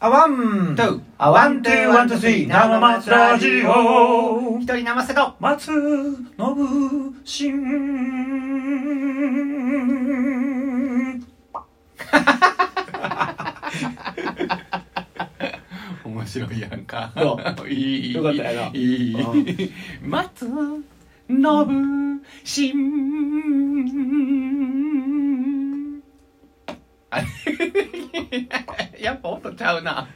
あワン、トゥあワン、ツー、ワン、ツー、スリー、生松ラジオ一。人生瀬と松信信。面白いやんかどいいよかったやないい松信信あれ やっぱ音ちゃうな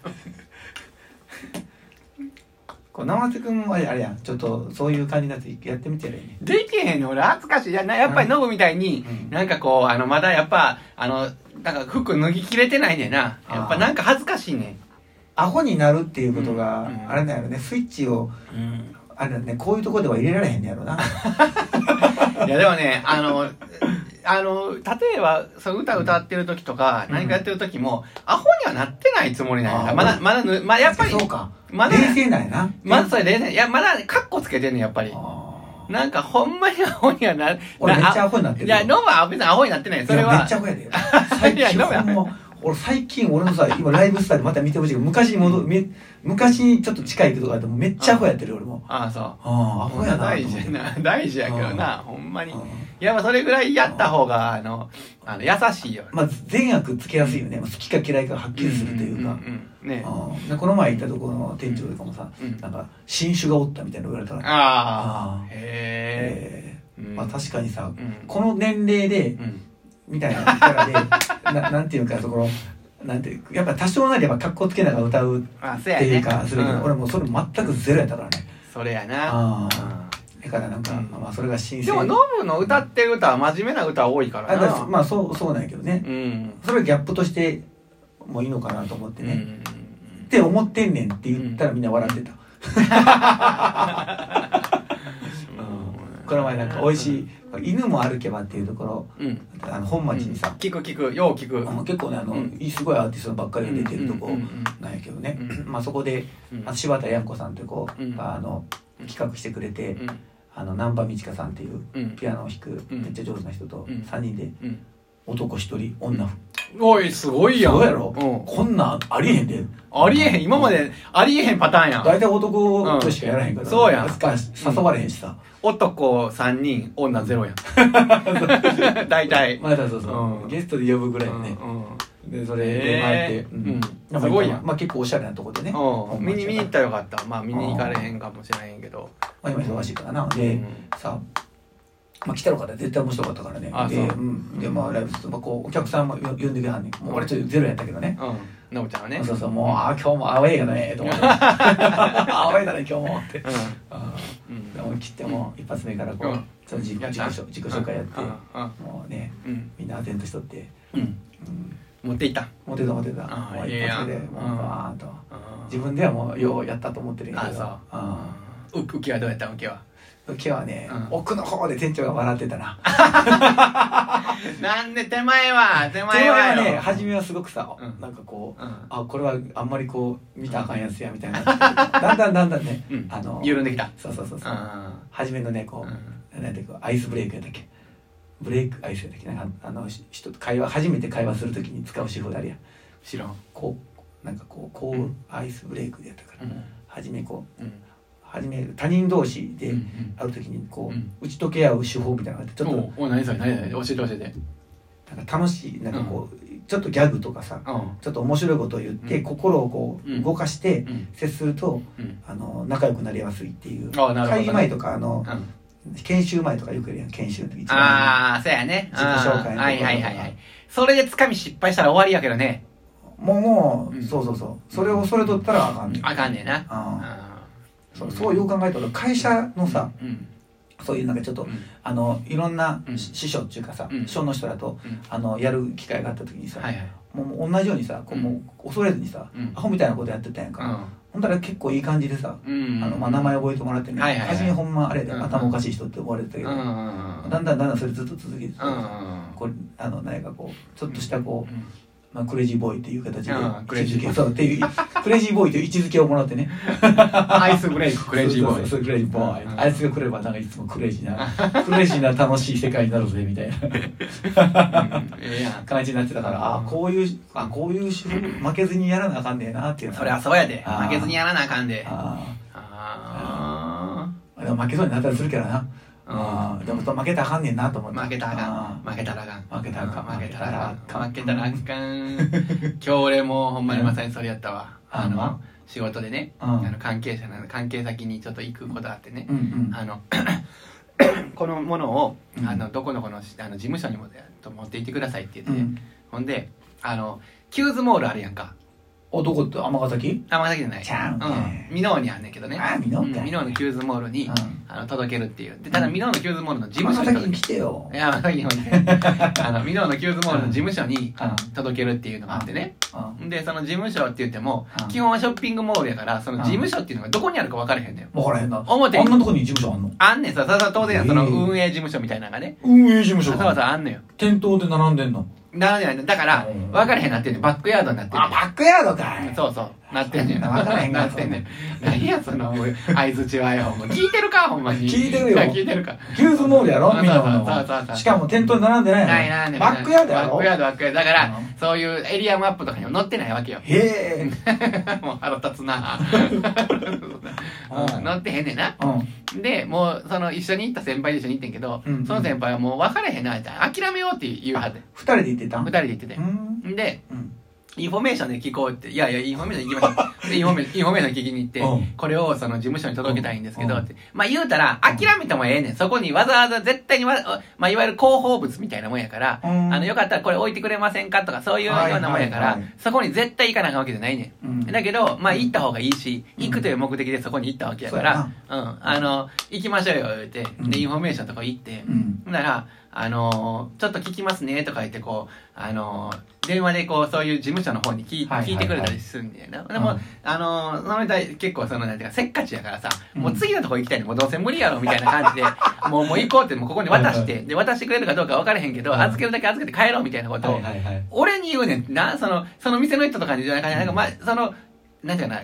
こう生瀬君もあれあれやんちょっとそういう感じになってやってみてやれねできへんの俺恥ずかしいいやなやっぱりノブみたいに、うんなんかこうあのまだやっぱあのなんか服脱ぎきれてないねんなやっぱなんか恥ずかしいねアホになるっていうことが、うんうんあれだよねスイッチをん、うんあれだねこういうところでは入れられへんねやろないやでもねあのあの例えばその歌歌ってる時とかうん何かやってる時も、アホにはなってないつもりなんあやーまだまだぬ、まあ、やっぱりそうか、まだ冷静なんやなまだそれ冷静いやまだカッコつけてんねんやっぱりあーなんかほんまにアホにはな俺めっちゃなアホになってあるいやノブは別にアホになってないそれいやめっはちゃ怖いで最いや近どうやほんま俺最近俺のさ今ライブスタイルまた見てほしいけど昔に戻るめ昔にちょっと近いことがあってもうめっちゃアホやってる俺もああそうああアホやな大事やな 大事やけどなほんまにうんやっぱそれぐらいやった方があのあの優しいよまあ善悪つけやすいよね好きか嫌いかはっきりするというかんうんねうんでこの前行ったところの店長とかもさ、うんなんか新種がおったみたいなの言われたら、あああーへええーまあ、確かにさ、うんこの年齢でうんみたいなキャラでななんていうかそこのなんていうやっぱ多少なりやっぱ格好つけながら歌うあそっうやてねいうかするけど、うん俺もうそれ全くゼロやったからねそれやなああうんだからなんか、うんまあ、それが新鮮でもノブの歌ってる歌は真面目な歌多いからあだからなまあそうそうなんやけどね、うんそれはギャップとしてもいいのかなと思ってうんね、って思ってんねんって言ったらみんな笑ってた、うん この前なんか美味しい、犬も歩けばっていうところうんあの本町にさ、聞く聞くよう聞くあの結構ねあの、うんいいすごいアーティストばっかりが出てるとこうんうんうんなんやけどね、うんまあ、そこで、うんあの柴田やんこさんという子うんがあの企画してくれて、うんあの難波美智香さんっていううんピアノを弾くうんめっちゃ上手な人とうん3人でうん男1人女おいすごいやんそうやろ、うんこんなんありえへんでありえへん今までありえへんパターンやん大体男としかやらへんから、うんそうやんしか誘われへんしさ、男3人女0やん大体まあだからそうそう、うんゲストで呼ぶぐらいのね、うでそれで前って、へーうんなかすごいやんまあ結構おしゃれなとこでね、んうん見に見に行ったら、らよかったまあ見に行かれへんかもしれへんけどまあ、今忙しいからなで、うんさまあ、来たの方絶対面白かったからねあでそううん、でまあライブするとこうお客さんもよ呼んでくれはんねんもう俺ちょっとゼロやったけどね、うんのぶちゃんはねそうそうもうあー今日 もアウェーやねと思ってアウェーだね今日もってうあんうんーでも切っても一発目からこう、うんちょっと自己やっ自己た紹自己紹介やって、うんうんもうねうんみんなアテンとしとって、うんうん、持っていったモテたモテたあーもういい一やん発目でもううんバーンとあ自分ではもうようやったと思ってるんやけどああそうう浮きはどうやった浮きは今日はね、うん奥の方で店長が笑ってたな なんで手前は手手前前ははやろね初めはすごくさ、うんなんかこううんあこれはあんまりこう見たらあかんやつやみたいなだんだんだんだんね、うんあの緩んできたそうそうそうそうあ初めのねこう、なんていうかアイスブレイクやったっけブレイクアイスやったっけなんかあのし人と会話初めて会話するときに使う手法であるやん知らんこうなんかこうこう、うんアイスブレイクでやったから、うん初めこううん初め他人同士うでん会うときにこう、うん打ち解け合う手法みたいなのがあってちょっとおお何それ何何教えて教えてなんか楽しいなんかこう、ちょっとギャグとかさうんちょっと面白いことを言って、うん心をこううん動かして、うん接するとうんあの仲良くなりやすいっていうあなるほど会ね議前とかあのうん研修前とかよくやるやん研修の時一番ああ、そうやね。自己紹介のところとかあーはいはいはいはい。それで掴み失敗したら終わりやけどね。もうもう、うんそうそうそうそれをそれ取ったらあかんねんあかんねえな。ああーそうそうよう考えたら会社のさーうん。そういうなんかちょっと、うんあのいろんなうん師匠っていうかさ、うん師匠の人だとうんあのやる機会があった時にさ、はいはい。もうもう同じようにさこううんもう恐れずにさ、うんアホみたいなことやってたやんか、ほんだら結構いい感じでさ、うん。あのまあ、名前覚えてもらってね、はいはいはい初めほんまあれで、うん頭おかしい人って思われてたけうんど、うんうん。だんだんだんだんそれずっと続けててうんうんうんこうあの何かこうちょっとしたこう、うんまあ、クレイジーボーイっていう形でああク位レイ置ジづーけそうっていう クレイジーボーイという位置づけをもらってねアイスブレイククレイジーボそうーイそうそうクレイジーボーイ、うんあいつが来ればなんかいつもクレイジーなクレイジーな楽しい世界になるぜみたいなうんええやん感じになってたからああこういうあこういう主婦負けずにやらなあかんねえなっていうのはそりゃそうやであー負けずにやらなあかんでああああでも負けそうになったりするけどな、うんああでも負けたらあかんねえなと思って負けたらああかん負けたらあか負けんたらあかん負けたらあかん負負けけたたらあらあかん 今日俺もほんまにまさにそれやったわうんああのの仕事でねうんあの関係者なの関係先にちょっと行くことあってねうんうんあの このものをうんあのどこのこのあの事務所にもと持って行ってくださいってう言ってんほんであのキューズモールあるやんかおどこって尼崎尼崎じゃないちゃうんかいうん箕面にあんねんけどねああ美濃うかんい箕面のキューズモールにうんあの届けるっていうでただうん箕面のキューズモールの事務尼所崎に届にけ来てよいや尼崎にもね あの箕面のキューズモールの事務所にうん届けるっていうのがあってねうんでその事務所って言ってもうん基本はショッピングモールやからそのうん事務所っていうのがどこにあるか分からへんのよ分からへんな表にあんなとこに事務所あんのあんねんさ、ささ当然やんそへのえ運営事務所みたいなのがね。運営事務所わざわざあんのよ。店頭で並んでんのならないのだからうん、分からへんなってんねんバックヤードになってんねあバックヤードかんいそうそう。なってんねん。わからへんがななってんねん。何や、その、合図ちはよ。もう聞いてるか、ほんまに。聞いてるよ聞いてるか。キューズモールやろそうみたいそうそうそうそなうしかも店頭に並んでないないやなろいないバックヤードやろバックヤード、バックヤード。だからうん、そういうエリアマップとかにも載ってないわけよ。 へえもう腹立 つな。ううんん載ってへんねんな。うで、もう、その、一緒に行った先輩と一緒に行ってんけど、うんその先輩はもう分からへんな、みたいな諦めようって言うんはっあて。二人で行ってた二人で行っててう。んで、うんインフォメーションで聞こうって、いやいや、インフォメーションで行きましょ う。でインフォメインフォメーション聞きに行って、うんこれをその事務所に届けたいんですけど、うんって。まあ言うたら、諦めてもええねん。そこにわざわざ絶対にわ、まあいわゆる広報物みたいなもんやから、うんあの、よかったらこれ置いてくれませんかとか、そういうようなもんはいはやから、いはいそこに絶対行かなあかんわけじゃないねん。うんだけど、まあ行った方がいいし、うん行くという目的でそこに行ったわけやから、うん、あの、行きましょうよ、言うて、うんで、インフォメーションとか行って、うんなら、あのーちょっと聞きますねとか言って、こう、あのー電話でこう、そういう事務所の方に聞,、いはいはいはい聞いてくれたりするんだよな。でうもん、あのーその人は結構、その、なんていうか、せっかちやからさ、うんもう次のとこ行きたいの、もうどうせ無理やろみたいな 感じで、もう、もう行こうって、もうここに渡しはて、で、渡してくれるかどうか分からへんけど、うん預けるだけ預けて帰ろうみたいなことを、はいはいはい俺に言うねんな、その、その店の人とかに、なんか、なんかまあ、その、なんていうかな、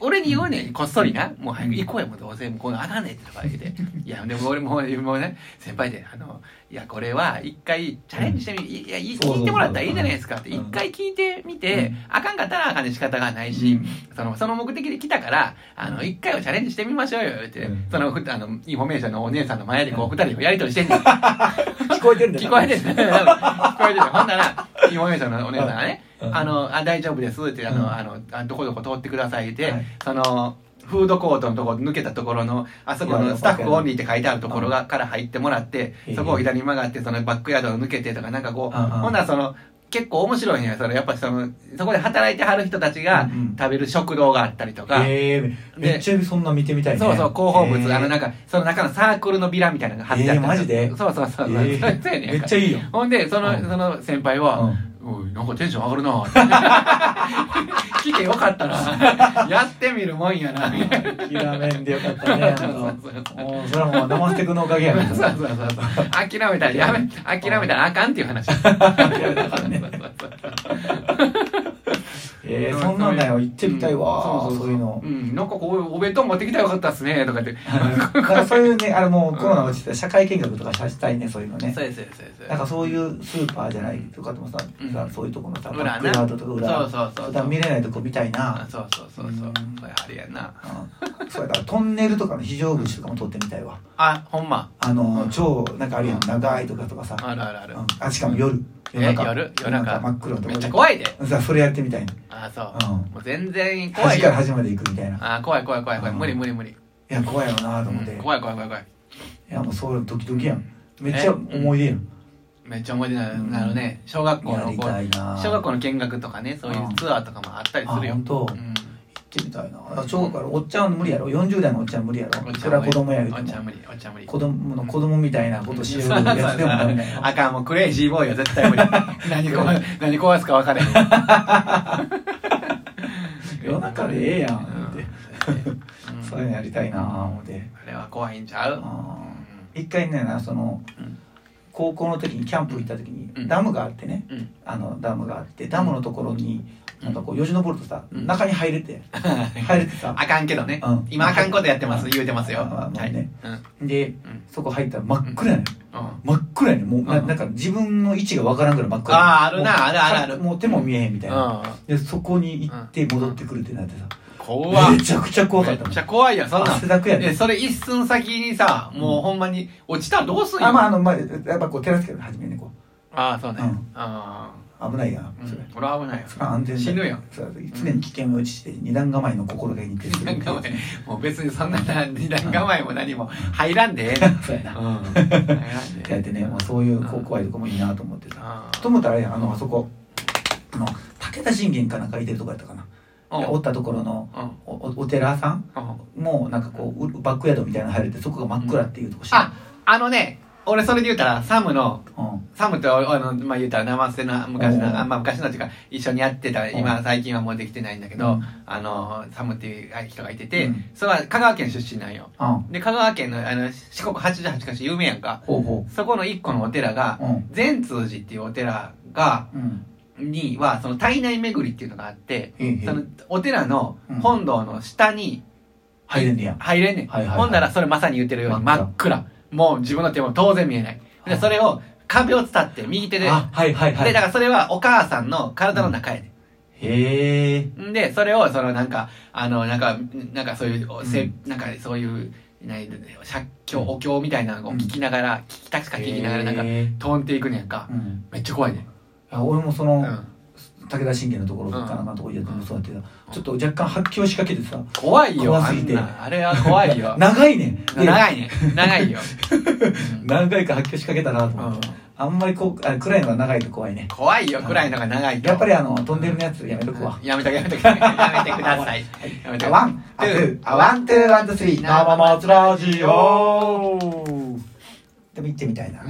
俺に言うねん、こっそりな。もう早く行こうよ、もうどうせ、もうこのあかんねんってとか言って。いや、でも俺も、もうね、先輩で、あの、いや、これは、一回チャレンジしてみ、いや、そうそいうそう聞いてもらったらいいじゃないですかって、う一ん回聞いてみうてん、あかんかったらあかんで仕方がないし、その、その目的で来たから、あの、一回はチャレンジしてみましょうよ、って、うんその、ふあの、インフォメーションのお姉さんの前で、こう、二人をやりとりしてんねん。聞こえてるんだ聞よこえてるね。聞こえてる。ほんなら、インフォメーションのお姉さんがね、うんあの、あ大丈夫ですって、あうんの、あの、あどこどこ通ってくださいってはい、その、フードコートのとこ抜けたところの、あそこいやいやのスタッフオンリーって書いてあるところが、から入ってもらってへえ、そこを左に曲がって、そのバックヤードを抜けてとか、なんかこう、うんうんほんならその、結構面白いんや、それ。やっぱその、そこで働いてはる人たちがうんうん食べる食堂があったりとか、へえめっちゃそんな見てみたいねそうそう、広報へ物、えあの、なんか、その中のサークルのビラみたいなのが貼ってあったりとかえーマジでそうそうそう。そうへえそうやねんかめっちゃいいよほんで、その、うんその先輩は、おい、なんかテンション上がるなぁ 来てよかったなやってみるもんやなみたいな。諦めんでよかったねほんと そうそうそもうそれはもう生捨てくのおかげやね そうそうそうそう。諦めたらやめ、諦めたらあかんっていう話。諦めたらあかんねそうそうそう えー、そんなんだよ行ってみたいわ、んそういうのうん、なんかこう、お弁当持ってきたらよかったっすね、とかって。なんかそういうねあれもうコロナ落ちて社会見学とかさせたいねそういうのねそうです、そうですそうです。なんかそういうスーパーじゃないとかでもさ、うんさそういうとこのさ裏なバックヤードとか裏そうそうそう普段見れないとこ見たいあ な、。そうそうそうそううんこれあれやな。うん、そうやからトンネルとかの非常口とかも撮ってみたいわあ、ほんま。あの、うん超なんかあるやん長いとかとかさ、あるあるあうるん。、あしかも夜え、夜、夜中。真っ黒のとこめっちゃ怖いで。さそれやってみたいのあ、そうう。んもう全然怖端いかよら。端まで行くみたいないあー怖い怖い怖い怖い無理無理無理、や怖いよなとう思って、いん怖い怖い怖い怖いやもうそうドキドキやんめっちゃ思い出やんめっちゃ思い出になる,、うんなるね小学校のやりこうたいな小学校の見学とかねそういうツアーとかもあったりするあよ、本当う行っん、てみたいなあ小学校からおっちゃんは無理やろ40代のおっちゃんは無理やろおっちそゃれんは無子理供やおるっちけゃどん無理おっちゃん無理子供の子供みたいなことしようそうそう そうやつでもダメだよあかんもうクレイジーボーイは絶対 無理何壊何壊すか分からへん夜中でええやんって、うん そういうのやりたいな思ってあれは怖いんちゃうあー一回ねなその、うん高校の時にキャンプ行った時にうんダムがあってね、うんあのダムがあってダムのところになんかこうよじ登るとさ、うん中に入れて入れてさあかんけどね、うん今あかんことやってますうん言うてますよ、あまあまあはい、ねうんうんでそこ入ったら真っ暗やね、うん真っ暗やねもうなうんなんか自分の位置がわからんぐらい真っ暗あーあるなもうあるあるあるもう手も見えへんみたいな、うでんそこに行って戻ってくるってなってさ、怖っめちゃくちゃ怖かめっったもんちゃ怖いやんそんなん汗だくやねえそれ一寸先にさもうほんまに落ちたらどうすんあまあああの、まあ、やっぱこう照らすけど初めにねこあーそうね、うんあう危ないやん、ーうんそれこれ危ないよそれは安全だ死ぬやんそれは常に危険を打ちして二段構えの心がけに徹するなんかお前 もう別にそんなな二段構えも何も入らんでええ そうやなな、うん、入らんでってやってね、まあ、そういうこううん怖いとこもいいなと思ってさあと思ったらあれやあのあそこあの武田信玄かなんかいてるとこやったかなうんおったところのうんおおお寺さんうんもなんかこううバックヤードみたいなの入れてそこが真っ暗っていうとこ知らんああのね俺それで言うたらサムのうんサムってあの、まあ、言うたら生捨てな昔うんのあまあ、昔のっていうか一緒にやってたん今最近はもうできてないんだけうどんあのサムっていう人がいてて、うんそれは香川県出身なんようんで香川県のあの四国88か所有名やんかほうほそこの一個のお寺がううん善通寺っていうお寺がうんにはその体内巡りっていうのがあってへえへえそのお寺の本堂の下に入れんねや入れんねん、はいはいはいほんならそれまさに言ってるように真真っっ暗もう自分の手も当然見えないではいそれを壁を伝って右手であはいはいはで、だいからそれはお母さんの体の中やね、へえん。で、それを、そのなんか、あの、なんか、なんかそういう、おせうんなんかそういう、ない写経、お経みたいなのを聞きながら、聞き、確か聞きながら、なんか、へ飛んでいくねんかー。うんめっちゃ怖いね。あ俺もそうの、ん。武田信玄のところうんかなんかのところにやってそうやってさちょっと若干発狂しかけてさ怖いよ、怖あすぎんてな。あれは怖 いよ。長いねんで長いね。長いよ。うん何回か発狂しかけたなとう思って、んあんまりこうあ暗いのが長いと怖いね怖いよ、暗いのが長いとやっぱりあのトンネルのやつやめとくわ、やめとけ、やめとけ。やめてください。やめてくださいワンツーあワンツーワンツースリー生松ラジオでも行ってみたいな